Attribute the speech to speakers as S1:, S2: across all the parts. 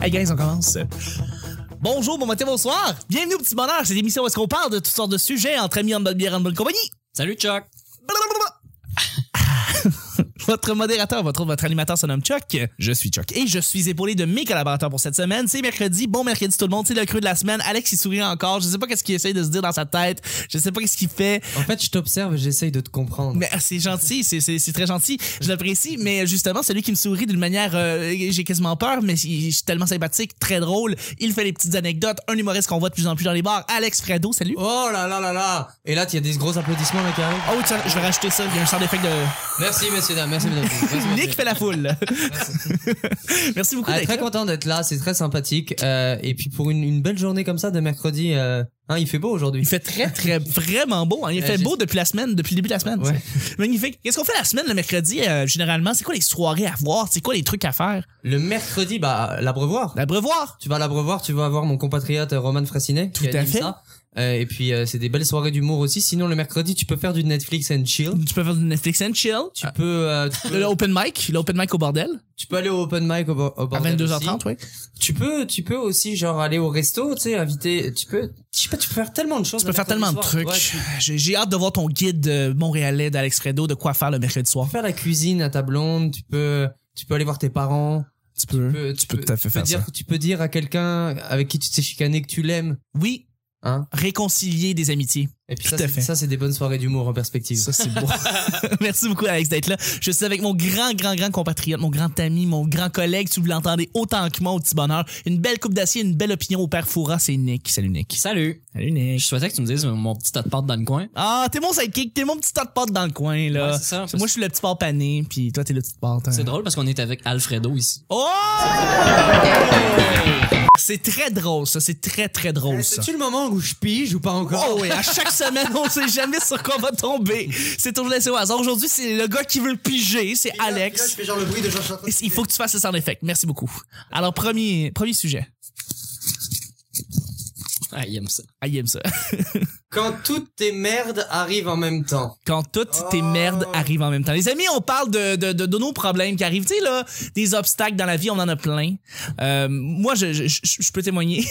S1: Hey guys, on commence. Bonjour, bon matin, bonsoir. Bienvenue au Petit Bonheur, c'est l'émission où est-ce qu'on parle de toutes sortes de sujets entre amis, en bonne bière, en bonne compagnie.
S2: Salut Chuck.
S1: Votre modérateur, votre autre, votre animateur se nomme Chuck. Je suis Chuck. Et je suis épaulé de mes collaborateurs pour cette semaine. C'est mercredi. Bon mercredi tout le monde. C'est le creux de la semaine. Alex, il sourit encore. Je sais pas qu'est-ce qu'il essaye de se dire dans sa tête. Je sais pas qu'est-ce qu'il fait.
S2: En fait, je t'observe et j'essaye de te comprendre.
S1: Mais ah, c'est gentil. C'est, c'est, c'est très gentil. Je l'apprécie. Mais justement, celui qui me sourit d'une manière, euh, j'ai quasiment peur, mais il- je suis tellement sympathique, très drôle. Il fait des petites anecdotes. Un humoriste qu'on voit de plus en plus dans les bars. Alex Fredo, salut.
S2: Oh là là là là Et là, il y a des gros applaudissements, mec. Harry.
S1: Oh, tiens, je vais rajouter ça. Il y a un sort d'effet de.
S2: Merci, messieurs, dames. Merci, mesdames. Merci, messieurs.
S1: Nick fait la foule. Merci beaucoup
S2: Ah,
S1: d'être
S2: très
S1: là.
S2: content d'être là, c'est très sympathique. Euh, et puis pour une, une belle journée comme ça de mercredi, euh, hein, il fait beau aujourd'hui.
S1: Il fait très, très, vraiment beau. hein. Il
S2: Euh,
S1: fait
S2: j'ai-
S1: beau depuis la semaine, depuis le début de la semaine.
S2: Ouais.
S1: C'est Magnifique. Qu'est-ce qu'on fait la semaine, le mercredi, euh, généralement? C'est quoi les soirées à voir? C'est quoi les trucs à faire?
S2: Le mercredi, bah, l'abreuvoir.
S1: L'abreuvoir.
S2: Tu vas à l'abreuvoir, tu vas voir mon compatriote euh, Roman Frassinet. qui
S1: Tout à
S2: anime
S1: fait.
S2: ça. Euh, et puis euh, c'est des belles soirées d'humour aussi. Sinon le mercredi, tu peux faire du Netflix and chill.
S1: Tu peux faire du Netflix and chill.
S2: Tu peux, euh, tu,
S1: Le-
S2: peux
S1: le open mic, l'open mic au bordel,
S2: tu peux aller au open mic au, bo- au
S1: à
S2: bordel
S1: 22h30,
S2: aussi.
S1: oui.
S2: Tu peux, tu peux aussi genre aller au resto, tu sais, inviter. Tu peux, je sais pas, tu peux faire tellement de choses.
S1: Tu peux
S2: le
S1: faire tellement de
S2: mercredi
S1: trucs.
S2: soir. Ouais, tu
S1: J'ai j'ai hâte de voir ton guide euh, montréalais d'Alex Fredo de quoi faire le mercredi soir.
S2: peux faire la cuisine à ta blonde. Tu peux, tu peux aller voir tes parents.
S1: Tu peux,
S2: Tu peux, tu peux- tu peux dire, Tu peux dire à quelqu'un avec qui tu t'es chicané que tu l'aimes.
S1: Oui,
S2: Hein
S1: réconcilier des amitiés.
S2: Et puis
S1: Tout
S2: ça,
S1: à
S2: c'est-
S1: fait.
S2: ça, c'est des bonnes soirées d'humour en perspective.
S1: Ça, c'est beau. Merci beaucoup, Alex, d'être là. Je suis avec mon grand, grand, grand compatriote, mon grand ami, mon grand collègue. Si vous l'entendez autant que moi au petit bonheur. Une belle coupe d'acier, une belle opinion au père Foura. C'est Nick. Salut, Nick.
S3: Salut.
S1: Salut,
S3: Je
S1: Nick.
S3: souhaitais que tu me dises mon petit tas de pâtes dans le coin.
S1: Ah, t'es mon sidekick, t'es mon petit tas de pâtes dans le coin, là.
S3: Ouais, c'est ça,
S1: moi, je suis le petit porc pané, puis toi, t'es le petit porc. hein.
S3: C'est drôle parce qu'on est avec Alfredo ici.
S1: Oh! C'est très drôle, ça. C'est très, très drôle, ça.
S2: C'est-tu le moment où je pige ou pas encore
S1: Oh oui, à chaque semaine, on sait jamais sur quoi on va tomber. C'est toujours laissé au hasard. Aujourd'hui, c'est le gars qui veut le piger, c'est Alex.
S4: je fais genre le bruit de Jean-Charles.
S1: Il faut que tu fasses le sound effect. Merci beaucoup. Alors, premier, premier sujet.
S3: Ah, il aime ça.
S1: Ah, il aime ça.
S2: Quand toutes tes merdes arrivent en même temps.
S1: Quand toutes tes
S4: Oh.
S1: merdes arrivent en même temps. Les amis, on parle de, de, de, de nos problèmes qui arrivent. Tu sais, là, des obstacles dans la vie, on en a plein. Euh, moi, je, je, je, je peux témoigner.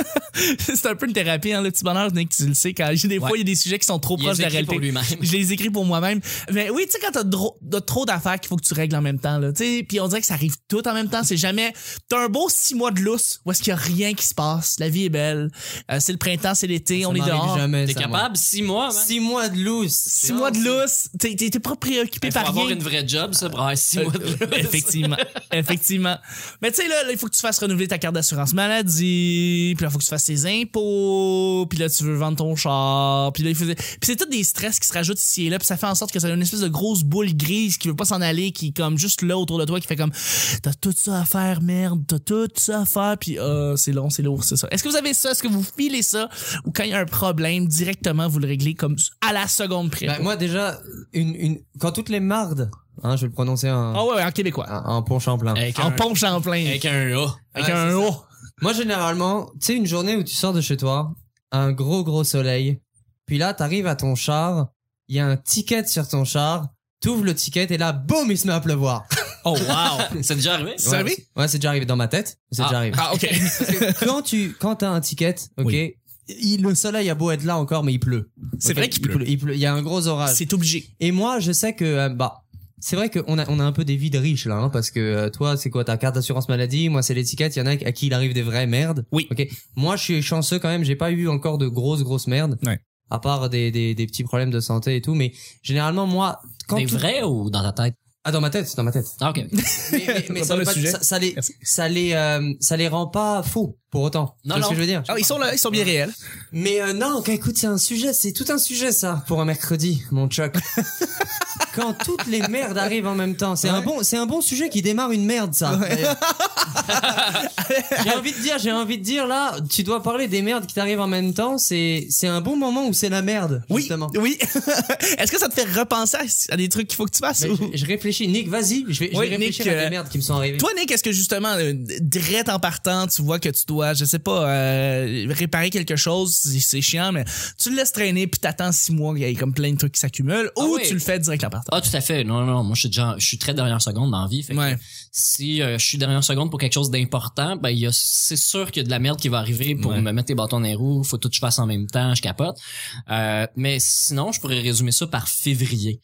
S1: C'est un peu une thérapie, hein, le petit bonheur, Nick, tu le sais. Quand, j'ai des fois, il y a des sujets qui sont trop
S3: Il
S1: proches de
S3: les
S1: la
S3: écrit
S1: réalité.
S3: pour lui-même.
S1: Je les écris pour moi-même. Mais oui, tu sais, quand t'as dro- t'as trop d'affaires qu'il faut que tu règles en même temps, là, tu sais, puis on dirait que ça arrive tout en même temps. C'est jamais. T'as un beau six mois de lousse où est-ce qu'il y a rien qui se passe. La vie est belle. Euh, c'est le printemps, c'est l'été,
S2: Ça
S1: on est
S2: m'arrive
S1: dehors.
S2: jamais,
S3: T'es
S2: ça, moi.
S3: capable? Six mois, man.
S2: Six mois de loose.
S1: Six mois de lousse. T'es t'es- t'es pas préoccupé
S3: Il Ben, faut
S1: par
S3: avoir
S1: rien.
S3: une vraie job, ça, pour avoir six
S1: Euh,
S3: mois de
S1: euh, Effectivement. Effectivement. Mais tu sais, là, là, il faut que tu fasses renouveler ta carte d'assurance maladie, puis là, il faut que tu fasses tes impôts, puis là, tu veux vendre ton char, puis là, il faut... Puis c'est tout des stress qui se rajoutent ici et là, puis ça fait en sorte que ça a une espèce de grosse boule grise qui veut pas s'en aller, qui est comme juste là autour de toi, qui fait comme « T'as tout ça à faire, merde, t'as tout ça à faire, puis euh, c'est long, c'est lourd, c'est ça. » Est-ce que vous avez ça? Est-ce que vous filez ça? Ou quand il y a un problème, directement, vous le réglez comme à la seconde près?
S2: Bah, moi déjà, une, une, quand toutes les mardes, hein, je vais le prononcer en,
S1: Ah ouais, ouais, en québécois.
S2: en, en ponche en plein.
S3: Avec
S1: en
S3: un-
S1: pompe Champlain.
S3: Avec un A.
S1: Avec un
S2: Ouais, c'est ça.
S1: haut.
S2: Moi généralement, tu sais, une journée où tu sors de chez toi, un gros gros soleil, puis là t'arrives à ton char, il y a un ticket sur ton char, t'ouvres le ticket et là, boum, il se met à pleuvoir.
S3: Oh, wow. C'est déjà arrivé?
S1: C'est arrivé?
S2: c'est- Ouais, c'est déjà arrivé dans ma tête, c'est
S3: Ah.
S2: déjà arrivé.
S1: Ah, ok.
S2: quand tu, quand t'as un ticket, ok, il- le soleil a beau être là encore, mais il pleut.
S1: C'est
S2: Ok,
S1: vrai qu'il
S2: il
S1: pleut.
S2: Il pleut, il y a un gros orage.
S1: C'est obligé.
S2: Et moi, je sais que euh, bah c'est vrai qu'on a on a un peu des vies de riches là, hein, parce que euh, toi c'est quoi ta carte d'assurance maladie, moi c'est l'étiquette, il y en a à qui il arrive des vraies merdes.
S1: Oui.
S2: Ok. Moi je suis chanceux quand même, j'ai pas eu encore de grosses grosses merdes.
S1: Ouais.
S2: À part des, des, des petits problèmes de santé et tout, mais généralement moi quand
S3: Des
S2: tout-
S3: vrais ou dans ta tête?
S2: ah dans ma tête c'est dans ma tête.
S3: Ah, ok.
S2: Mais, mais- mais
S1: Dans
S2: ça,
S1: le
S2: veut pas-
S1: sujet.
S2: ça, ça les
S1: Merci.
S2: ça les euh, ça les rend pas faux pour autant.
S3: Non,
S2: Tu vois
S3: non.
S2: ce que je veux dire.
S1: Ah, ils sont là, ils sont bien réels.
S2: Mais euh, non, ok, écoute c'est un sujet, c'est tout un sujet ça pour un mercredi, mon choc. quand toutes les merdes arrivent en même temps. C'est un bon, c'est un bon sujet qui démarre une merde, ça. d'ailleurs. j'ai envie de dire, j'ai envie de dire là, tu dois parler des merdes qui t'arrivent en même temps. C'est, c'est un bon moment où c'est la merde,
S1: Oui,
S2: justement.
S1: oui. Est-ce que ça te fait repenser à- à des trucs qu'il faut que tu fasses?
S2: Mais
S1: ou-
S2: je, je réfléchis, Nick, vas-y, je vais, je
S1: Oui,
S2: vais réfléchir
S1: Nick,
S2: à
S1: euh,
S2: des merdes qui me sont arrivées.
S1: Toi, Nick, est-ce que justement, euh, direct en partant, tu vois que tu dois, je sais pas, euh, réparer quelque chose, c'est- c'est chiant, mais tu le laisses traîner puis t'attends six mois qu'il y ait comme plein de trucs qui s'accumulent,
S3: Ah
S1: ou
S3: oui.
S1: tu le fais direct en partant.
S3: Ah, tout à fait. Non, non, non. Moi, je suis, déjà- je suis très dernière seconde dans la vie. Fait que
S1: Ouais.
S3: si euh, je suis dernière seconde pour quelque chose d'important, ben, il y a, c'est sûr qu'il y a de la merde qui va arriver pour
S1: Ouais.
S3: me mettre les bâtons dans les roues. Faut tout que je fasse en même temps. Je capote. Euh, mais sinon, je pourrais résumer ça par février.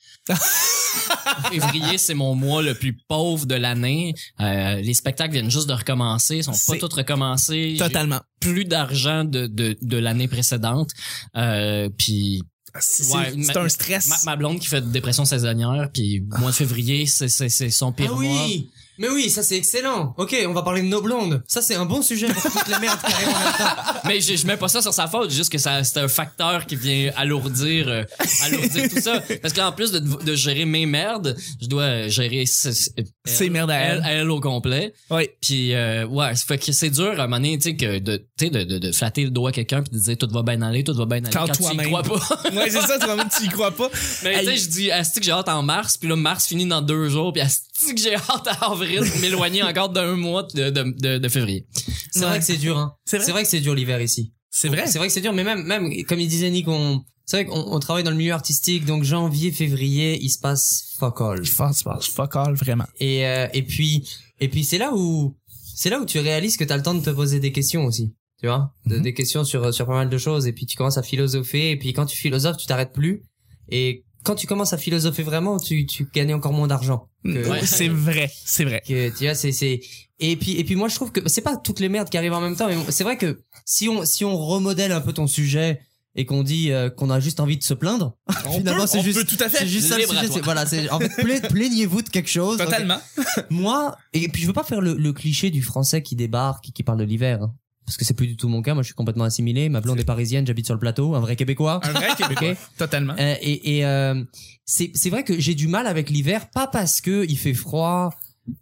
S3: février, c'est mon mois le plus pauvre de l'année. Euh, les spectacles viennent juste de recommencer. Ils sont
S1: C'est-
S3: pas tous recommencés. J'ai
S1: Totalement.
S3: plus d'argent de, de, de l'année précédente. Euh, puis
S1: Ah, C'est
S3: Ouais,
S1: c'est
S3: ma-
S1: un stress.
S3: Ma, ma blonde qui fait de dépression saisonnière, puis mois de février, c'est- c'est c'est son pire
S2: ah
S3: mois.
S2: oui, mais oui, ça c'est excellent. Ok, on va parler de nos blondes. Ça c'est un bon sujet pour toutes les merdes qui arrivent en même temps.
S3: Mais je, je mets pas ça sur sa faute, juste que ça c'est un facteur qui vient alourdir, euh, alourdir tout ça. Parce qu'en plus de, de gérer mes merdes, je dois gérer ce- ce-
S1: Ses merdes à elle.
S3: elle au complet.
S1: Oui.
S3: Puis euh, ouais, ça fait que c'est dur à un moment donné, tu sais, que de, tu sais, de, de, de flatter le doigt à quelqu'un puis de dire tout va bien aller, tout va bien aller.
S1: Quand
S3: tu y
S1: toi-même.
S3: crois pas.
S1: ouais, c'est ça, tu vois, tu y crois pas.
S3: Mais tu sais, je dis, asti que j'ai hâte en mars, puis là, mars finit dans deux jours, puis asti que j'ai hâte à avril, de m'éloigner encore d'un mois de, de, de, de février.
S2: C'est
S1: Ouais.
S2: vrai que c'est dur, hein.
S1: C'est vrai.
S2: que c'est dur l'hiver ici.
S1: C'est vrai.
S2: C'est vrai que c'est dur, mais même, même, comme il disait Nick, on, c'est vrai qu'on on travaille dans le milieu artistique, donc janvier, février, il se passe fuck all.
S1: Je pense, je pense, fuck all, vraiment.
S2: Et, euh, et puis, et puis c'est là où, c'est là où tu réalises que t'as le temps de te poser des questions aussi. Tu vois? De-
S1: Mhm.
S2: Des questions sur, sur pas mal de choses, et puis tu commences à philosopher, et puis quand tu philosophes, tu t'arrêtes plus. Et quand tu commences à philosopher vraiment, tu, tu gagnes encore moins d'argent. Que-
S1: Ouais, Oh, C'est vrai, c'est vrai.
S2: que tu vois c'est c'est et puis et puis moi je trouve que c'est pas toutes les merdes qui arrivent en même temps mais c'est vrai que si on si on remodèle un peu ton sujet et qu'on dit euh, qu'on a juste envie de se plaindre finalement c'est juste
S1: tout à
S2: c'est juste ça le
S3: Libre à
S2: sujet
S3: toi.
S2: c'est- voilà c'est en fait pla- plaignez-vous de quelque chose
S1: Totalement.
S2: Ok. moi et puis je veux pas faire le, le cliché du français qui débarque et qui parle de l'hiver hein. parce que c'est plus du tout mon cas moi je suis complètement assimilé ma blonde est parisienne j'habite sur le plateau un vrai québécois
S1: Un vrai Québécois.
S2: Ok.
S1: Totalement.
S2: euh, et et, euh, c'est c'est vrai que j'ai du mal avec l'hiver, pas parce que il fait froid,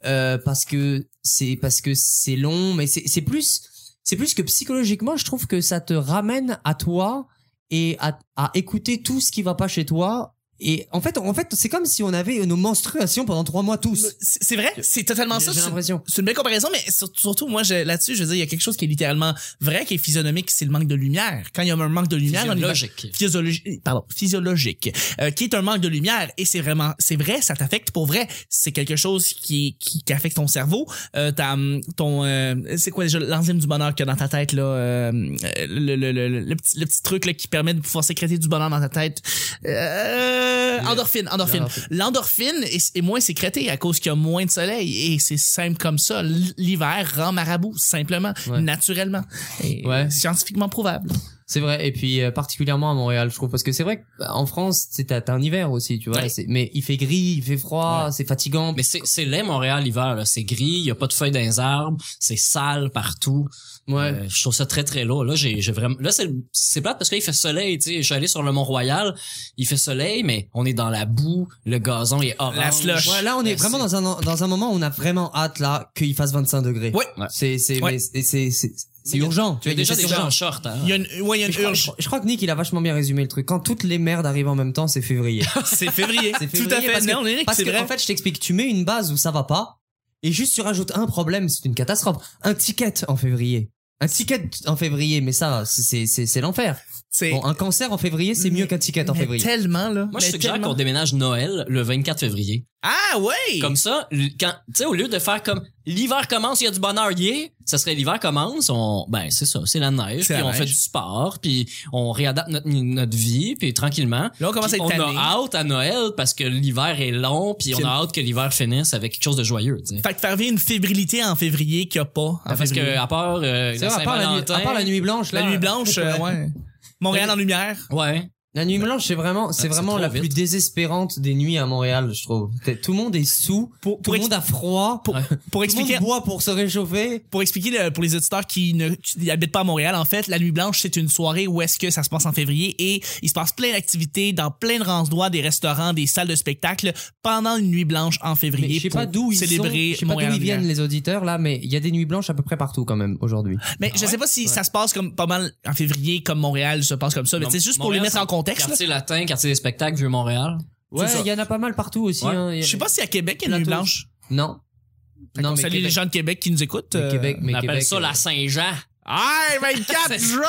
S2: euh, parce que c'est parce que c'est long, mais c'est c'est plus c'est plus que psychologiquement, je trouve que ça te ramène à toi et à, à écouter tout ce qui va pas chez toi. Et en fait, en fait, c'est comme si on avait nos menstruations pendant trois mois tous.
S1: Euh, C'est c'est vrai, c'est totalement ça.
S2: J'ai
S1: c'est-
S2: l'impression.
S1: C'est une belle comparaison, mais sur- surtout, moi, je- là-dessus, je veux dire, il y a quelque chose qui est littéralement vrai, qui est physionomique, c'est le manque de lumière. Quand il y a un manque de lumière, on est-
S3: Logique.
S1: physiologi- pardon, physiologique, euh, qui est un manque de lumière et c'est vraiment, c'est vrai, ça t'affecte pour vrai. C'est quelque chose qui, qui, qui affecte ton cerveau, euh, ta, hum, ton, euh, c'est quoi déjà l'enzyme du bonheur qu'il y a dans ta tête là, euh, le, le, le, le, le petit, le petit truc là, qui permet de pouvoir sécréter du bonheur dans ta tête. Euh,
S2: Le-
S1: endorphine, endorphine. L'endorphine est, est moins sécrétée à cause qu'il y a moins de soleil et c'est simple comme ça. L'hiver rend marabout simplement,
S2: Ouais.
S1: naturellement, et
S2: Ouais. Ah.
S1: scientifiquement prouvable.
S2: C'est vrai, et puis euh, particulièrement à Montréal, je trouve, parce que c'est vrai qu'en France, c'est t'as t'as un hiver aussi, tu vois.
S3: Ouais.
S2: c'est- Mais il fait gris, il fait froid, c'est fatigant.
S3: Mais c'est c'est laid Montréal l'hiver, là. c'est gris, il y a pas de feuilles dans les arbres, c'est sale partout.
S2: ouais.
S3: Euh, je trouve ça très très lourd. Là, j'ai j'ai vraiment là c'est c'est plate parce que là, il fait soleil, tu sais, je suis allé sur le Mont-Royal, il fait soleil mais on est dans la boue, le gazon est orange.
S1: La slush.
S2: Ouais, là, on est
S3: Merci.
S2: vraiment dans un, dans un moment où on a vraiment hâte, là, qu'il fasse 25 degrés.
S1: Ouais.
S3: Ouais.
S2: C'est, c'est,
S1: Ouais.
S2: mais c'est, c'est, c'est- c'est
S3: Mais y a-
S2: urgent.
S3: Tu
S2: vois, il y
S3: as
S2: a
S3: déjà
S2: une
S3: des gens en
S2: urgence.
S3: short hein.
S1: Il y a une, ouais, il y a
S2: Mais
S1: une
S2: Je crois,
S1: urge.
S2: je- je crois que Nick, il a vachement bien résumé le truc. Quand toutes les merdes arrivent en même temps, c'est février.
S1: C'est février.
S2: C'est
S1: Tout à
S2: février,
S1: fait.
S2: parce que-
S1: non, Eric,
S2: Parce
S1: c'est
S2: que,
S1: vrai.
S2: en fait, je t'explique, tu mets une base où ça va pas, et juste tu rajoutes un problème, c'est une catastrophe. Un ticket en février. Un ticket en février, mais ça, c'est- c'est, c'est, c'est l'enfer.
S1: c'est
S2: Bon, un cancer en février, c'est mieux
S1: Mais-
S2: qu'un ticket en
S1: mais
S2: février.
S1: Tellement, là.
S3: Moi, je
S1: Mais
S3: suggère
S1: tellement.
S3: qu'on déménage Noël le 24 février.
S1: Ah, ouais!
S3: Comme ça, l- quand, tu sais, au lieu de faire comme l'hiver commence, il y a du bonheur, yeah, ça serait l'hiver commence, on, ben, c'est ça, c'est la neige,
S1: C'est
S3: puis
S1: la
S3: on
S1: neige.
S3: fait du sport, puis on réadapte notre, notre vie, puis tranquillement.
S1: Là, on commence à
S3: Puis
S1: être
S3: on
S1: tanné.
S3: a hâte à Noël parce que l'hiver est long, puis on
S1: Puis-
S3: a hâte que l'hiver finisse avec quelque chose de joyeux, tu sais.
S1: Fait que faire vivre une fébrilité en février qu'il n'y a pas. En
S3: Parce que,
S1: février.
S3: à part, euh,
S2: C'est
S3: la
S2: vrai, à part la nuit-
S3: Saint-Valentin.
S2: à part la nuit blanche, là.
S1: la nuit blanche, euh, ouais. Montréal en lumière.
S3: Ouais.
S2: La nuit blanche, c'est vraiment, c'est
S1: bah,
S3: c'est
S2: vraiment
S3: trop
S2: la
S3: vite.
S2: plus désespérante des nuits à Montréal, je trouve. T'es- Tout le monde est sous,
S1: Pour,
S2: tout
S1: pour,
S2: le
S1: ex-
S2: monde a froid,
S1: pour- pour
S2: tout le
S1: expliquer,
S2: monde boit pour se réchauffer.
S1: pour expliquer le- pour les auditeurs qui ne- qui n'habitent pas à Montréal, en fait, la Nuit Blanche, c'est une soirée où est-ce que ça se passe en février et il se passe plein d'activités dans plein de randois, des restaurants, des salles de spectacle pendant une Nuit Blanche en février
S2: Mais je sais pas
S1: pour
S2: d'où ils sont,
S1: célébrer
S2: je sais pas d'où
S1: Montréal
S2: ils
S1: en
S2: viennent
S1: hiver.
S2: les auditeurs là, mais il y a des nuits blanches à peu près partout quand même aujourd'hui.
S1: Mais je
S3: ouais?
S1: sais pas si
S2: Ouais.
S1: ça se passe comme pas mal en février comme Montréal se passe comme ça, mais
S3: Non,
S1: c'est juste pour les
S3: Montréal,
S1: mettre en contexte. là.
S3: Quartier latin, quartier des spectacles, vieux Montréal.
S2: Ouais,
S1: ça.
S2: il y en a pas mal partout aussi.
S3: Ouais.
S2: hein. Il y a-
S1: Je sais pas si à Québec il y a une Nuit
S2: Plateau.
S1: Blanche.
S2: Non.
S1: Non,
S2: Non, mais
S1: salut les
S2: Québec-
S1: gens de Québec qui nous écoutent.
S2: mais
S1: euh,
S2: Québec, mais
S3: On appelle
S2: Québec,
S3: ça
S2: euh,
S3: la Saint-Jean.
S1: Hey, 24
S3: C'est-
S1: juin!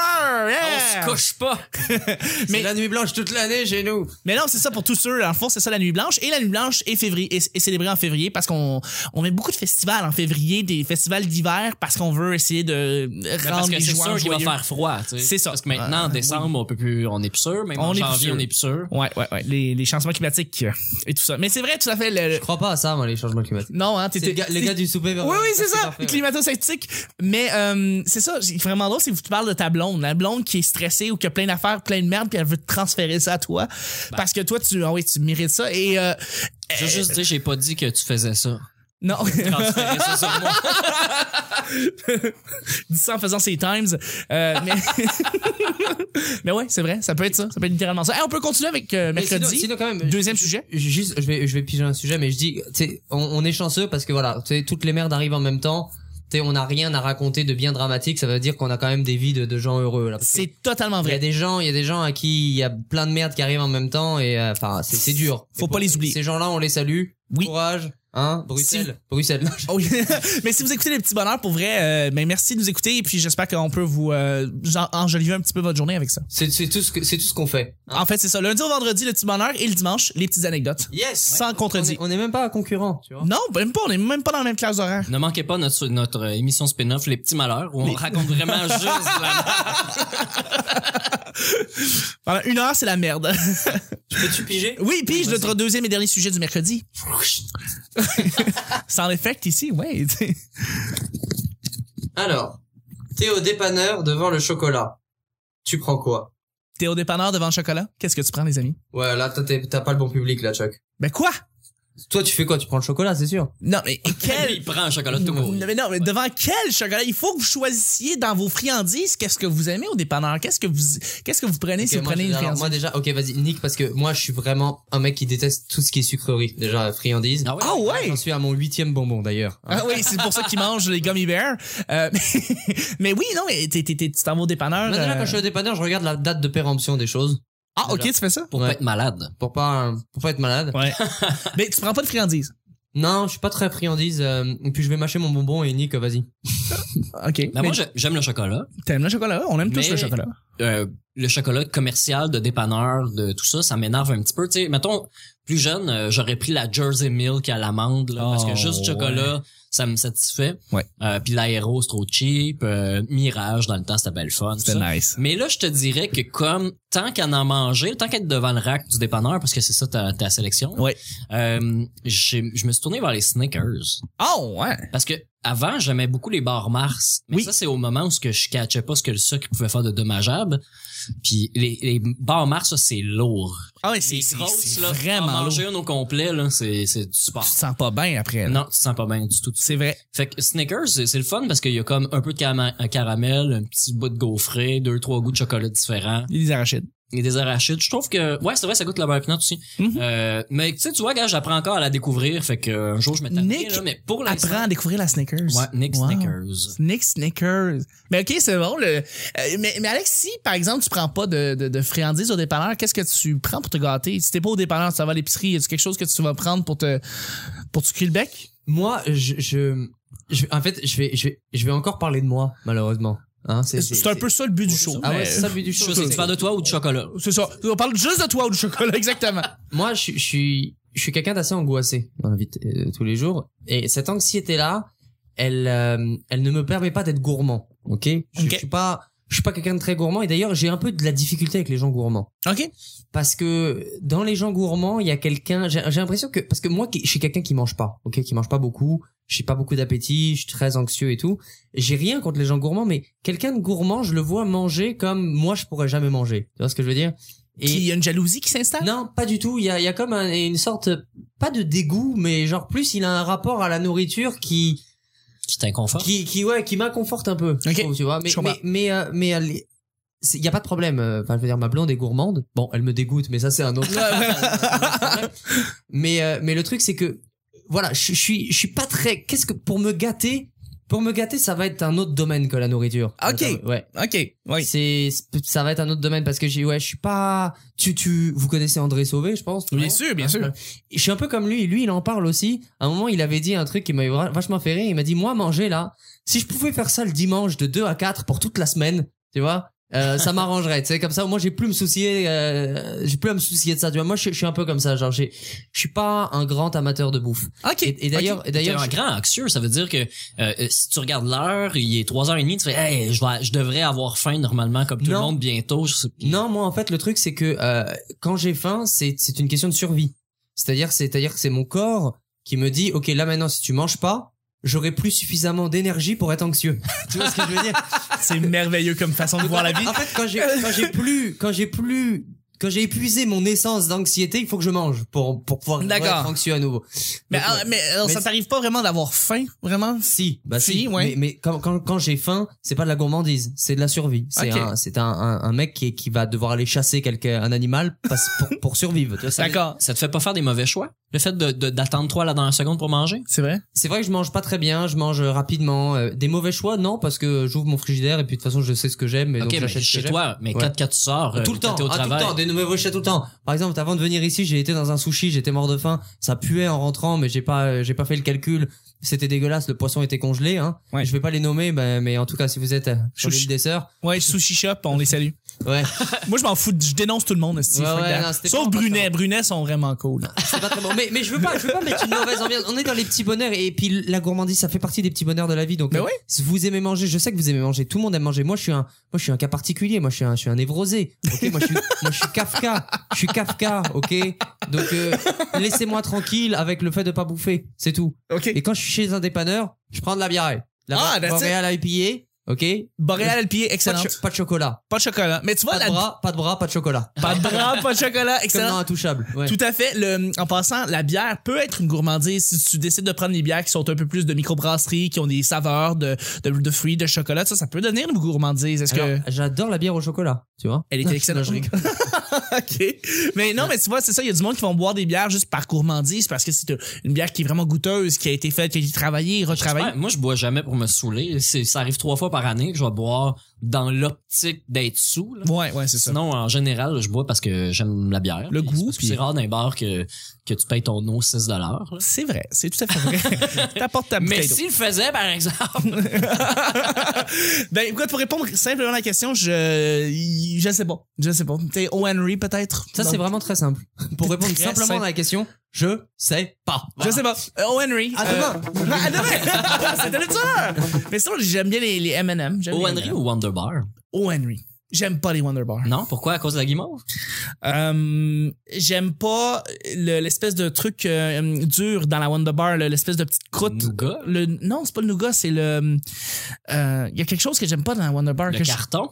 S3: On
S1: yeah!
S3: se couche pas.
S2: c'est
S1: mais-
S2: la nuit blanche toute l'année chez nous.
S1: Mais non, c'est ça pour tous ceux. En fond, c'est ça la Nuit Blanche. Et la Nuit Blanche est, février, est, est célébrée en février parce qu'on on met beaucoup de festivals en février, des festivals d'hiver parce qu'on veut essayer de
S3: Mais
S2: Ben,
S1: rendre
S3: Parce que
S1: les
S3: c'est
S1: joueurs
S3: sûr qu'il va
S1: joyeux.
S3: faire froid. tu sais.
S1: C'est ça.
S3: Parce que maintenant, en
S1: Euh,
S3: décembre, on peut plus, on est plus sûr. Même
S1: On
S3: en
S1: est plus
S3: janvier,
S1: sûr.
S3: on est plus sûr.
S1: Ouais, ouais, ouais. Les, les changements climatiques euh, et tout ça. Mais c'est vrai, tout à fait. Le,
S2: Je crois pas à ça, moi, les changements climatiques.
S1: Non, hein,
S2: C'est
S1: t'étais-
S2: le gars, le gars du souper.
S1: Oui, oui, c'est ça,
S2: parfait,
S1: les
S2: ouais.
S1: climato-sceptiques. Mais euh, c'est ça, c'est vraiment drôle si vous parles de ta blonde. La blonde qui est stressée ou qui a plein d'affaires, plein de merde, puis elle veut te transférer ça à toi.
S2: Ben.
S1: Parce que toi, tu, ah oui, tu mérites ça. Et euh,
S3: Je veux juste dire, j'ai pas dit que tu faisais ça.
S1: non,
S3: Transférer ça sur moi.
S1: dis ça en faisant ses times. Euh, mais... mais ouais, c'est vrai, ça peut être ça. Ça peut être littéralement ça. Hey, on peut continuer avec euh,
S2: Mais sinon-
S1: mercredi.
S2: sinon, quand même,
S1: Deuxième sujet.
S2: Je- Juste, je vais, je vais piger un sujet, mais je dis, tu sais, on, on est chanceux parce que voilà, tu sais, toutes les merdes arrivent en même temps. Tu sais, on n'a rien à raconter de bien dramatique. Ça veut dire qu'on a quand même des vies de, de gens heureux. Là, Parce que
S1: C'est totalement
S2: il y a
S1: vrai.
S2: des gens, il y a des gens à qui il y a plein de merdes qui arrivent en même temps et euh, enfin, c'est c'est dur.
S1: Faut
S2: Et
S1: pas les oublier.
S2: Ces gens-là, on les salue.
S1: Oui.
S2: Courage, hein, Bruxelles, Bruxelles.
S1: Oh oui. mais si vous écoutez les petits bonheurs pour vrai, euh, ben merci de nous écouter et puis j'espère qu'on peut vous euh, en- enjoliver un petit peu votre journée avec ça.
S2: C'est c'est tout ce que c'est tout ce qu'on fait. hein.
S1: En fait, c'est ça. Lundi au vendredi, le petit bonheur et le dimanche, les petites anecdotes.
S2: Yes.
S1: Sans contredit.
S2: On est, on est même pas concurrents, tu vois.
S1: Non, même pas, on est même pas dans la même classe horaire.
S3: Ne manquez pas notre, notre euh, émission spin-off, Les Petits Malheurs, où on raconte vraiment juste la
S1: Pendant une heure, c'est la merde.
S2: Peux-tu piger
S1: Oui, puis notre deuxième et dernier sujet du mercredi. Sans effect ici, ouais. tu sais.
S2: Alors, t'es au dépanneur devant le chocolat. Tu prends quoi
S1: T'es au dépanneur devant le chocolat. Qu'est-ce que tu prends, les amis?
S2: Ouais, là, toi, t'es- t'as pas le bon public, là, Chuck.
S1: Ben quoi?
S2: Toi, tu fais quoi Tu prends le chocolat, c'est sûr.
S1: Non, mais
S3: Quel...
S1: quel...
S3: Il prend un chocolat tout court.
S1: Non, mais non, mais devant quel chocolat? Il faut que vous choisissiez dans vos friandises qu'est-ce que vous aimez au dépanneur. Qu'est-ce que vous, qu'est-ce que vous prenez si
S2: Ok,
S1: vous
S2: moi,
S1: prenez
S2: j'ai-
S1: une
S2: alors,
S1: friandise?
S2: moi, déjà, ok, vas-y, Nick, parce que moi, je suis vraiment un mec qui déteste tout ce qui est sucrerie. Déjà, friandise.
S3: Ah ouais?
S1: Ah ouais?
S2: J'en suis à mon huitième bonbon, d'ailleurs.
S1: Ah oui, c'est pour ça qu'ils mangent les gummy bears. Euh, mais, oui, non, mais t'es- t'es- t'es- tu t'en vas au dépanneur.
S2: Moi, Bah, déjà,
S1: euh,
S2: quand je suis au dépanneur, je regarde la date de péremption des choses.
S1: Ah, ok,
S2: déjà.
S1: tu fais ça?
S3: Pour
S2: Ouais.
S3: pas être malade.
S2: Pour pas, pour pas être malade.
S1: Ouais.
S3: Ah.
S1: mais tu prends pas de friandises.
S2: Non, je suis pas très friandise. euh, et puis, je vais mâcher mon bonbon et Nick, euh, vas-y.
S1: Ok.
S3: Mais Ben, moi, je- j'aime le chocolat.
S1: T'aimes le chocolat? On aime tous
S3: Mais-
S1: le chocolat.
S3: Euh, le chocolat commercial de dépanneur, de tout ça, ça m'énerve un petit peu. Tu sais, mettons, plus jeune, euh, j'aurais pris la Jersey Milk à l'amande, là, parce
S1: Oh,
S3: que juste chocolat, ça me satisfait.
S1: Ouais.
S3: Euh, puis l'aéro, c'est trop cheap. Euh, Mirage, dans le temps, c'était belle fun. tout ça.
S1: nice.
S3: Mais là, je te dirais que comme tant qu'à en manger, tant qu'être devant le rack du dépanneur, parce que c'est ça ta, ta sélection,
S1: Ouais.
S3: euh, j'ai- je me suis tourné vers les sneakers.
S1: Oh, ouais.
S3: Parce que avant, j'aimais beaucoup les bars Mars. Mais
S1: Oui.
S3: ça, c'est au moment où ce que je catchais pas ce que le sucre pouvait faire de dommageable. Puis les, les bars Mars, ça, c'est lourd.
S1: Ah ouais, c'est
S3: Les
S1: c'est-
S3: grosses,
S1: c'est
S3: là, en
S1: vraiment lourd.
S3: manger
S1: Tu
S3: une au complet, là, c'est c'est du sport.
S1: te sens pas bien après. là.
S3: Non, tu te sens pas bien du tout.
S1: C'est vrai.
S3: Fait que Snickers, c'est c'est le fun parce qu'il y a comme un peu de cama- un caramel, un petit bout de gaufré, deux, trois goûts de chocolat différents
S1: Il les arachide.
S3: et des arachides. Je trouve que, ouais, c'est vrai, ça goûte la beurre pinot aussi.
S1: Mhm.
S3: Euh, mais tu sais, tu vois, gars, j'apprends encore à la découvrir. Fait que euh, un jour, je m'étais
S1: Nick
S3: mais pour l'instant-
S1: Apprends à découvrir la Snickers.
S3: Ouais, Nick
S1: Wow.
S3: Snickers.
S1: Nick Snickers. Mais ok, c'est bon. le- euh, mais, mais Alex, si par exemple tu prends pas de, de, de friandises au dépanneur, qu'est-ce que tu prends pour te gâter? Si t'es pas au dépanneur, ça va à l'épicerie, y a quelque chose que tu vas prendre pour te pour te cuire le bec?
S2: Moi, je, je, je- en fait, je vais, je vais, je vais encore parler de moi, malheureusement. Hein,
S1: C'est un peu ça le but du show.
S2: Ah
S1: mais-
S2: ouais, c'est ça le but du
S3: Je
S2: show.
S3: sais que tu parles de toi ou de chocolat.
S1: C'est ça. On parle juste de toi ou du chocolat, exactement.
S2: Moi, je, je suis, je suis quelqu'un d'assez angoissé dans la vie de- euh, tous les jours, et cette anxiété-là, elle, euh, elle ne me permet pas d'être gourmand. Ok. Je,
S1: Ok.
S2: je suis pas, je suis pas quelqu'un de très gourmand, et d'ailleurs, j'ai un peu de la difficulté avec les gens gourmands,
S1: OK.
S2: parce que dans les gens gourmands, il y a quelqu'un. J'ai j'ai l'impression que, parce que moi, qui- je suis quelqu'un qui mange pas, ok, qui mange pas beaucoup. J'ai pas beaucoup d'appétit, je suis très anxieux et tout. J'ai rien contre les gens gourmands, mais quelqu'un de gourmand, je le vois manger comme moi je pourrais jamais manger. Tu vois ce que je veux dire Et
S1: Puis il y a une jalousie qui s'installe.
S2: non, pas du tout. Il y a, il y a comme un- une sorte pas de dégoût, mais genre plus il a un rapport à la nourriture qui
S3: Qui t'inconforte.
S2: qui qui ouais qui m'inconforte un peu. je
S1: Ok.
S2: trouve, tu vois. Mais
S1: Je comprends.
S2: mais mais euh, mais elle est- c'est- il y a pas de problème. euh, Enfin, je veux dire, ma blonde est gourmande. Bon, elle me dégoûte, mais ça c'est un autre. mais euh, mais le truc c'est que voilà, je, je suis je suis pas très. Qu'est-ce que pour me gâter pour me gâter ça va être un autre domaine que la nourriture.
S1: Ah, Ok.
S2: Ouais.
S1: ok, oui.
S2: C'est ça va être un autre domaine parce que j'ai ouais je suis pas tu tu vous connaissez André Sauvé je pense. non
S1: Bien sûr, bien sûr.
S2: je suis un peu comme lui, lui il en parle aussi. À un moment, il avait dit un truc qui m'avait vra- vachement fait rire. Il m'a dit Moi, manger là, si je pouvais faire ça le dimanche de 2 à 4 pour toute la semaine, tu vois, euh, ça m'arrangerait. Tu sais, comme ça, moi j'ai plus à me soucier, euh, j'ai plus à me soucier de ça. Tu vois, moi je, je suis un peu comme ça. Genre, j'ai- je suis pas un grand amateur de bouffe.
S1: Ok.
S2: Et, et d'ailleurs, et
S3: T'es
S2: d'ailleurs,
S3: un
S2: je-
S3: grand anxieux, ça veut dire que euh, euh, si tu regardes l'heure, il est 3h30, tu fais hey, je, vais- je devrais avoir faim normalement comme tout le
S2: Non.
S3: monde bientôt. Je sais-
S2: Non, moi en fait le truc c'est que euh, quand j'ai faim, c'est c'est une question de survie. C'est-à-dire c'est-à-dire que c'est mon corps qui me dit OK, là maintenant si tu manges pas, j'aurai plus suffisamment d'énergie pour être anxieux. tu vois ce que je veux dire
S1: C'est merveilleux comme façon de voir la vie.
S2: En fait, quand j'ai quand j'ai plus quand j'ai plus quand j'ai épuisé mon essence d'anxiété, il faut que je mange pour pour pouvoir
S1: D'accord.
S2: être anxieux à nouveau.
S1: Mais,
S2: Donc,
S1: ah, mais, alors,
S2: Mais
S1: ça
S2: si-
S1: t'arrive pas vraiment d'avoir faim, vraiment?
S2: si, bah si,
S1: Si, ouais.
S2: mais, mais quand, quand, quand j'ai faim, c'est pas de la gourmandise, c'est de la survie. C'est
S1: Ok.
S2: un, c'est un, un, un mec qui, est- qui va devoir aller chasser quelqu'un, un animal parce- pour, pour survivre. tu vois, ça-
S1: D'accord.
S3: Ça te fait pas faire des mauvais choix? Le fait de- de- d'attendre de, 3 la dernière seconde pour manger?
S1: C'est vrai?
S2: C'est vrai que je mange pas très bien, je mange rapidement. euh, des mauvais choix, non, parce que j'ouvre mon frigidaire et puis de toute façon je sais ce que j'aime. et
S3: Ok,
S2: donc
S3: mais
S2: j'achète ce que
S3: chez
S2: j'aime.
S3: toi, mais
S2: Ouais.
S3: quand, quand tu sors, euh,
S2: tout le
S3: quand
S2: temps,
S3: t'es au
S2: ah, tout le
S3: travail,
S2: temps, des nouveaux chefs tout le temps. Par exemple, avant de venir ici, j'ai été dans un sushi, j'étais mort de faim, ça puait en rentrant, mais j'ai pas, euh, j'ai pas fait le calcul. C'était dégueulasse, le poisson était congelé. Hein.
S1: Ouais.
S2: Je vais pas les nommer, bah, mais en tout cas, si vous êtes euh, sur
S1: Sushi.
S2: l'île des sœurs,
S1: Ouais, Sushi Shop, on les salue.
S2: ouais,
S1: Moi, je m'en fous. Je dénonce tout le monde, esti,
S2: Ouais,
S1: fuck
S2: ouais,
S1: that.
S2: non, c'était
S1: Sauf
S2: pas-
S1: Brunet. Brunet sont vraiment cool.
S2: c'est pas très bon. Mais, mais je veux pas, je veux pas mettre une mauvaise ambiance. On est dans les petits bonheurs et puis la gourmandise, ça fait partie des petits bonheurs de la vie. Donc,
S1: Mais
S2: euh,
S1: ouais.
S2: si vous aimez manger, je sais que vous aimez manger. Tout le monde aime manger. Moi, je suis un, moi, je suis un cas particulier. Moi, je suis un, je suis un névrosé. Ok, moi, je suis, moi, je suis Kafka. Je suis Kafka. Ok. Donc, euh, laissez-moi tranquille avec le fait de pas bouffer. C'est tout.
S1: OK.
S2: Et quand je suis chez un dépanneur, je prends de la bière. La
S1: Ah, that's
S2: Boréal à IPA, ok.
S1: Boréal Alpier,
S2: Pas de,
S1: excellente.
S2: cho- pas de chocolat.
S1: Pas de chocolat. Mais tu vois,
S2: Pas de
S1: la-
S2: bras, pas de bras, pas de chocolat.
S1: pas de bras, pas de chocolat,
S2: Comme dans
S1: excellent.
S2: Intouchable. Ouais.
S1: Tout à fait. Le, en passant, la bière peut être une gourmandise si tu décides de prendre des bières qui sont un peu plus de microbrasserie, qui ont des saveurs de, de, de fruits, de chocolat. Ça, ça peut devenir une gourmandise. Est-ce que
S2: Alors, J'adore la bière au chocolat, tu vois.
S1: elle était
S2: Non,
S1: excellente?
S2: je rigole.
S1: OK. Mais non, mais tu vois, c'est ça, il y a du monde qui vont boire des bières juste par gourmandise parce que c'est une bière qui est vraiment goûteuse, qui a été faite, qui a été travaillée, retravaillée.
S3: Ouais, moi, je bois jamais pour me saouler. C'est- Ça arrive trois fois par année que je vais boire dans l'optique d'être saoul. là.
S1: Ouais, ouais, c'est ça.
S3: Sinon, en général, je bois parce que j'aime la bière.
S1: Le
S3: Puis
S1: goût,
S3: c'est parce que
S1: puis-
S3: C'est rare dans les bars que, que tu payes ton eau 6 là.
S1: C'est vrai, c'est tout à fait vrai. T'apportes ta
S3: Mais
S1: bouteille d'eau.
S3: s'il le faisait, par exemple,
S1: Ben, écoute, pour répondre simplement à la question, je, je sais pas. Je sais pas. T'es O. Henry, peut-être?
S2: Ça,
S1: Non.
S2: c'est vraiment très simple. Pour répondre
S1: Très
S2: simplement
S1: simple.
S2: à la question, je sais pas.
S1: Je sais pas. Euh, O. Henry.
S2: À
S1: euh,
S2: demain.
S1: non, à demain! C'était le tueur! Mais sinon, j'aime bien les, les M&M. J'aime
S3: O.
S1: les
S3: Henry
S1: M&M.
S3: ou Wonder Bar?
S1: O. Henry. J'aime pas les Wonder Bar.
S3: Non, pourquoi? À cause de la guimauve?
S1: Euh, j'aime pas le- l'espèce de truc euh, dur dans la Wonder Bar, le- l'espèce de petite croûte.
S3: Nougat?
S1: Le, non, c'est pas le nougat, c'est le. euh, Il y a quelque chose que j'aime pas dans la Wonder Bar.
S3: Le
S1: que je-
S3: carton?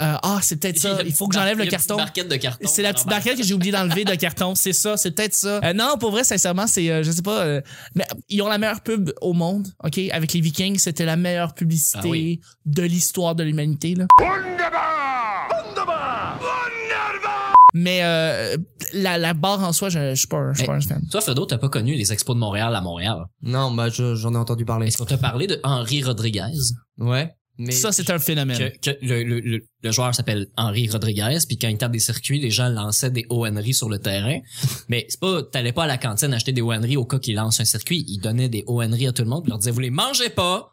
S1: Euh, ah, c'est peut-être ça. Il faut que j'enlève le carton.
S3: Barquette de carton.
S1: C'est la petite barquette que j'ai oublié d'enlever de carton. C'est ça, c'est peut-être ça. Euh, non, pour vrai, sincèrement, c'est, euh, je sais pas, euh, mais ils ont la meilleure pub au monde, ok? Avec les Vikings, c'était la meilleure publicité
S3: Ah oui.
S1: de l'histoire de l'humanité, là. Mais euh, la, la barre en soi, je, je suis pas, un- je suis pas un fan.
S3: Toi, Fedo, t'as pas connu les expos de Montréal à Montréal.
S2: Non, bah, je- j'en ai entendu parler.
S1: Ben,
S3: Est-ce qu'on t'a parlé de Henri Rodriguez?
S2: Ouais. Mais
S1: ça, c'est un phénomène.
S3: que, que le, le, le, le joueur s'appelle Henri Rodriguez, puis quand il tape des circuits, les gens lançaient des O. Henry sur le terrain. Mais c'est pas, t'allais pas à la cantine acheter des O. Henry au cas qu'il lance un circuit. Il donnait des O. Henry à tout le monde, puis leur disait, vous les mangez pas.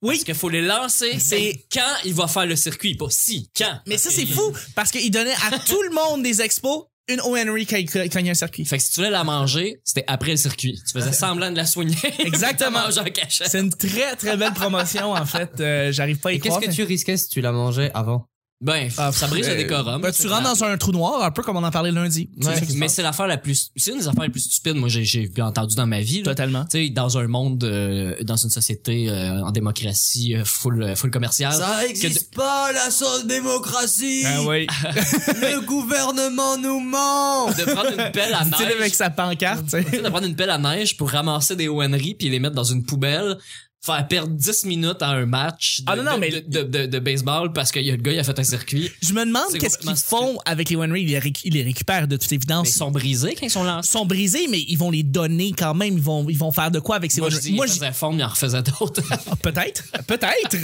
S3: Oui. Parce qu'il faut les lancer. C'est quand il va faire le circuit, pas si, quand.
S1: Mais ça, c'est fou, parce qu'ils donnaient à tout le monde des expos une O. E Henry quand il quand il y a un circuit.
S3: Fait que si tu voulais la manger, c'était après le circuit. Tu faisais semblant de la soigner.
S1: Euh, Exactement.
S3: Mange en cachette.
S1: C'est une très, très belle promotion, en fait. Euh, J'arrive pas à y
S2: Et qu'est-ce
S1: croire.
S2: que tu risquais si tu la mangeais avant
S3: Ben,
S1: Ah,
S3: ça brise le
S1: euh,
S3: décorum.
S1: Ben, tu rentres dans un trou noir, un peu comme on en parlait lundi.
S3: Ouais,
S1: C'est ça qui se
S3: mais
S1: passe.
S3: c'est l'affaire la plus c'est une des affaires les plus stupides moi j'ai j'ai entendu dans ma vie là.
S1: totalement.
S3: tu sais dans un monde euh, dans une société euh, en démocratie euh, full euh, full commerciale
S2: Ça
S3: existe
S2: n'existe pas, la sauce démocratie
S3: Ah
S1: oui.
S2: Le gouvernement nous ment
S3: de prendre une pelle à
S1: Tu sais,
S3: neige
S1: avec sa pancarte, tu sais.
S3: Tu sais, de prendre une pelle à neige pour ramasser des ONRI puis les mettre dans une poubelle faire perdre 10 minutes à un match de,
S1: Ah non, non,
S3: de-
S1: mais-
S3: de, de, de- de baseball parce qu'il y a le gars il a fait un circuit
S1: Je me demande
S3: C'est
S1: qu'est-ce
S3: complètement
S1: qu'ils font avec les One Ring. Ils les, réc- ils les récupèrent de toute évidence.
S3: mais ils sont brisés quand ils sont lancés
S1: sont brisés, mais ils vont les donner quand même. Ils vont, ils vont faire de quoi avec ces
S3: moi
S1: One
S3: je
S1: Ring?
S3: dis ils faisaient forme ils en refaisaient d'autres
S1: Ah, peut-être, peut-être.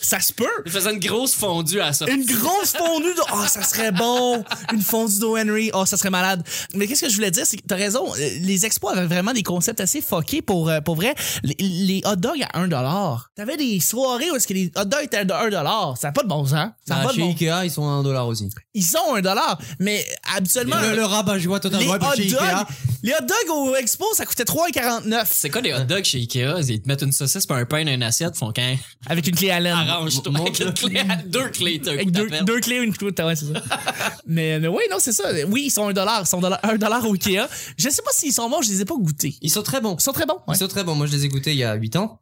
S1: ça se peut.
S3: ils faisaient une grosse fondue à ça
S1: Une grosse fondue de. Oh, ça serait bon! Une fondue de Henry. Oh, ça serait malade. Mais qu'est-ce que je voulais dire? C'est que t'as raison. euh, Les expos avaient vraiment des concepts assez fuckés pour, euh, pour vrai. Les, les hot dogs à 1$. T'avais des soirées où est-ce que les hot dogs étaient à 1$. Ça n'a pas de bon sens. Ça a
S2: Ah,
S1: pas de
S2: Chez
S1: bon
S2: Ikea, ils sont à un dollar aussi.
S1: Ils ont 1$. Mais habituellement.
S2: Le, le rabat, je vois
S1: les,
S2: totalement.
S1: hot
S2: Ouais, puis chez
S1: dogs,
S2: Ikea,
S1: les hot dogs au expo, ça coûtait 3,49$.
S3: c'est quoi les hot dogs chez Ikea ils te mettent une saucisse puis un pain dans une assiette font quand
S1: Avec une clé à
S3: Ah,
S1: laine.
S3: Arrange-toi avec une clé à- deux clés, t'as un
S1: Avec
S3: coup
S1: deux,
S3: d'appel.
S1: deux clés, une clé, ouais, c'est ça. mais, mais oui, non, c'est ça. Oui, ils sont un dollar, ils sont dollar- un dollar au Ikea. Je sais pas s'ils sont bons, je les ai pas goûtés.
S2: Ils sont très bons.
S1: Ils sont très bons. ouais.
S2: Ils sont très bons. Moi, je les ai goûtés il y a 8 ans.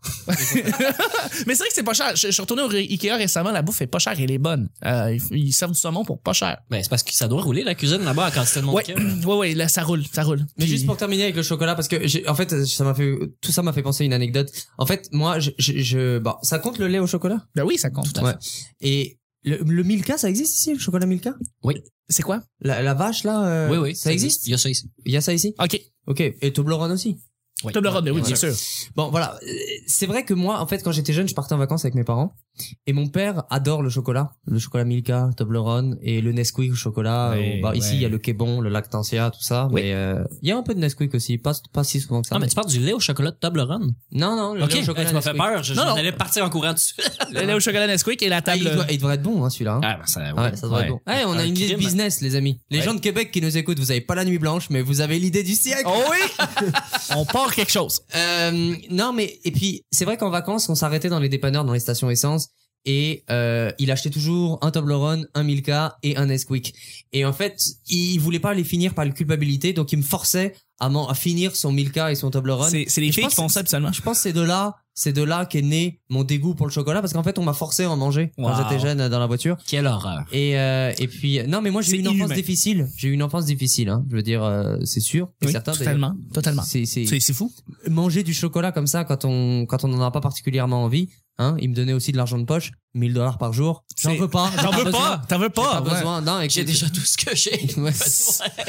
S1: Mais c'est vrai que c'est pas cher. Je, je suis retourné au Ré- Ikea récemment, la bouffe est pas chère, elle est bonne. Euh, ils, ils servent du saumon pour pas cher.
S3: Ben, c'est parce que ça doit rouler la cuisine là-bas quand c'est tellement
S1: Ouais, ouais, ouais, là, ça roule, ça roule.
S2: Mais
S1: Puis-
S2: juste pour terminer avec le chocolat, parce que j'ai- en fait, ça m'a fait tout ça m'a fait penser à une anecdote. En fait, moi, je, je, je- bon, ça compte le lait au chocolat
S1: Ben oui, ça compte.
S2: à fait. et le, le Milka, ça existe ici, le chocolat Milka
S1: C'est quoi?
S2: la, la vache là, euh,
S3: Oui, oui.
S2: ça existe.
S3: Il y a ça ici.
S2: Il y a ça ici.
S1: OK.
S2: Ok. Et Toblerone aussi.
S3: Oui.
S1: Toblerone, mais oui,
S3: Ouais.
S1: bien sûr.
S2: Bon, voilà. Euh, C'est vrai que moi, en fait, quand j'étais jeune, je partais en vacances avec mes parents. Et mon père adore le chocolat. Le chocolat Milka, Toblerone et le Nesquik au chocolat.
S3: Oui,
S2: Ou, bah, Ici,
S3: ouais.
S2: il y a le Kébon, le Lactantia, tout ça.
S1: Oui.
S2: Mais euh, il y a un peu de Nesquik aussi. Pas, pas si souvent que ça.
S3: Non, Ah, mais tu parles du lait au chocolat de Toblerone.
S2: Non, non, le
S3: Ok, eh,
S2: lait au
S3: tu
S2: chocolat
S3: m'as fait
S2: Nesquik.
S3: peur. Je-
S1: Non,
S3: J'en
S1: non.
S3: allais partir en courant dessus.
S1: Le lait au chocolat Nesquik et la
S2: Ah,
S1: table.
S2: il, doit, il devrait être bon, hein, celui-là. hein.
S3: Ah, ben, ça,
S2: Ouais, ça devrait être bon. Ouais, on a
S3: Un
S2: une idée de
S3: crime.
S2: business, les amis. Les
S3: Ouais.
S2: gens de Québec qui nous écoutent, vous avez pas la nuit blanche, mais vous avez l'idée du siècle.
S1: Oh oui! On part quelque chose.
S2: Euh, non, mais et puis c'est vrai qu'en vacances, on s'arrêtait dans les dépanneurs, dans les stations essence, et euh, il achetait toujours un Toblerone, un Milka et un Nesquik. Et en fait, il voulait pas les finir par la culpabilité, donc il me forçait à, m'en- à finir son Milka et son Toblerone.
S1: C'est c'est les
S2: Je
S1: filles
S2: pense
S1: qui font
S2: que-
S1: ça habituellement.
S2: Je pense que c'est de là, c'est de là qu'est né mon dégoût pour le chocolat, parce qu'en fait, on m'a forcé à en manger
S3: Wow.
S2: quand j'étais jeune euh, dans la voiture.
S3: Quelle horreur.
S2: Et, euh, et puis euh, non mais moi j'ai
S1: C'est
S2: eu une enfance
S1: inhumain.
S2: difficile. J'ai eu une enfance difficile. Hein. Je veux dire euh, c'est sûr. et
S1: Oui,
S2: certain,
S1: totalement, totalement.
S2: d'ailleurs. C'est c'est
S1: C'est c'est fou.
S2: manger du chocolat comme ça quand on quand on n'en a pas particulièrement envie. Hein. Il me donnait aussi de l'argent de poche, 1000 dollars par jour. J'en
S1: C'est-
S2: veux pas.
S1: T'en
S2: j'ai
S1: veux
S2: besoin,
S1: pas? T'en veux
S2: j'ai
S1: pas?
S2: Ah, pas
S1: ouais.
S2: besoin. Non, écoute,
S3: J'ai déjà tout ce que j'ai.
S2: Ouais.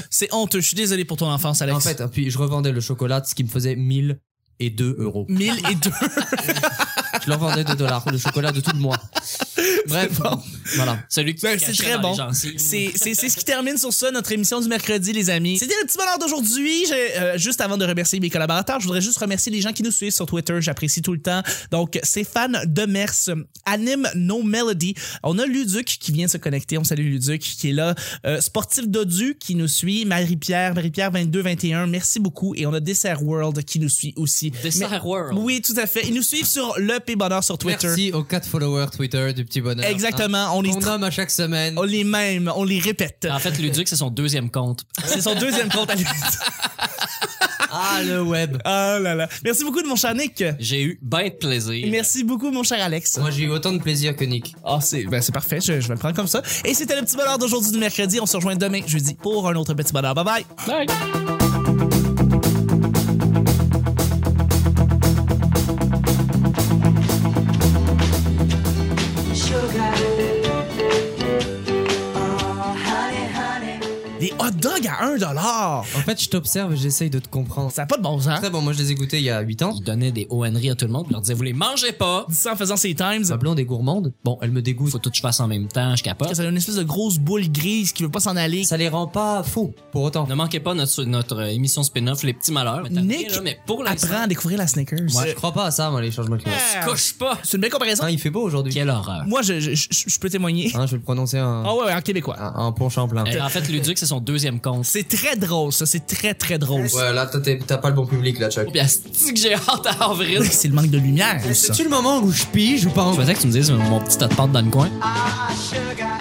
S1: C'est honteux. Je suis désolé pour ton enfance, Alex.
S2: En fait, hein, puis je revendais le chocolat, ce qui me faisait 1000 et 2 euros.
S1: 1002.
S2: Je leur vendais 2 dollars, le chocolat de tout le mois. Bref, voilà.
S3: Celui que tu
S1: Ben,
S3: cachais
S1: c'est très
S3: dans
S1: bon.
S3: les gencives.
S1: C'est c'est- c'est ce qui termine sur ça notre émission du mercredi, les amis. C'était le petit bonheur d'aujourd'hui. J'ai, euh, juste avant de remercier mes collaborateurs, je voudrais juste remercier les gens qui nous suivent sur Twitter. J'apprécie tout le temps. Donc, Stéphane Demers anime No Melody. On a Luduc qui vient de se connecter. On salue Luduc qui est là. Euh, Sportif Dodu qui nous suit. Marie-Pierre, Marie-Pierre 2221. Merci beaucoup. Et on a Dessert World qui nous suit aussi. Mais-
S3: Dessert World.
S1: Oui, tout à fait. Ils nous suivent sur le P Bonheur sur Twitter.
S2: Merci aux 4 followers Twitter du petit bonheur.
S1: Exactement. On
S2: On
S1: les
S2: les Hein? nomme à chaque semaine.
S1: on les même, on les répète.
S3: En fait, Luduc, c'est son deuxième compte.
S1: C'est son deuxième compte à lui.
S2: Ah le web.
S1: Ah là là. Merci beaucoup de mon cher Nick.
S3: J'ai eu ben de plaisir.
S1: Merci beaucoup mon cher Alex.
S2: Moi j'ai eu autant de plaisir que Nick.
S1: Ah c'est ben, c'est parfait, je, je vais le prendre comme ça. Et c'était le petit bonheur d'aujourd'hui du mercredi. On se rejoint demain jeudi pour un autre petit bonheur. Bye bye.
S3: Bye.
S4: Sugar. Oh, honey, honey.
S1: Les hot dogs à 1 dollar.
S2: En fait, je t'observe et j'essaye de te comprendre.
S1: Ça n'a pas de bon sens.
S2: Très bon, moi je les ai goûtés il y a 8 ans.
S3: Il donnait des ONRI à tout le monde. Il leur disait, vous les mangez pas.
S1: Dis ça en faisant ses times.
S2: Ma blonde est gourmande. Bon, elle me dégoûte.
S3: Faut tout que je fasse en même temps. Je capote.
S1: Ça a une espèce de grosse boule grise qui veut pas s'en aller.
S2: Ça les rend pas faux pour autant.
S3: Ne manquez pas notre, notre euh, émission spin-off, Les Petits Malheurs. Mais t'as
S1: Nick
S3: rien, là, mais pour
S1: Apprends
S3: l'instant,
S1: à découvrir la Snickers.
S2: Moi, je crois pas à ça, moi, les changements climatiques.
S1: Ouais.
S3: coche pas.
S1: C'est une belle comparaison.
S2: Hein, il fait beau aujourd'hui.
S3: Quelle horreur.
S1: Moi, je, je, je- je peux témoigner.
S2: Hein, je vais le prononcer
S1: Ah
S2: en,
S1: ouais, ouais, en québécois.
S2: en, en ponchant plein.
S3: Eh, en fait, Luduc, c'est son deuxième compte.
S1: C'est très drôle, ça. C'est très, très drôle. ça.
S2: là, toi, t'es- t'as pas le bon public, là, Chuck.
S3: Puis, asti que j'ai hâte à avril.
S1: C'est le manque de lumière, ça.
S2: C'est-tu le moment où je pige ou pas
S3: Je pensais que tu me dises mon petit tas de pâtes dans le coin.
S4: Ah, sugar.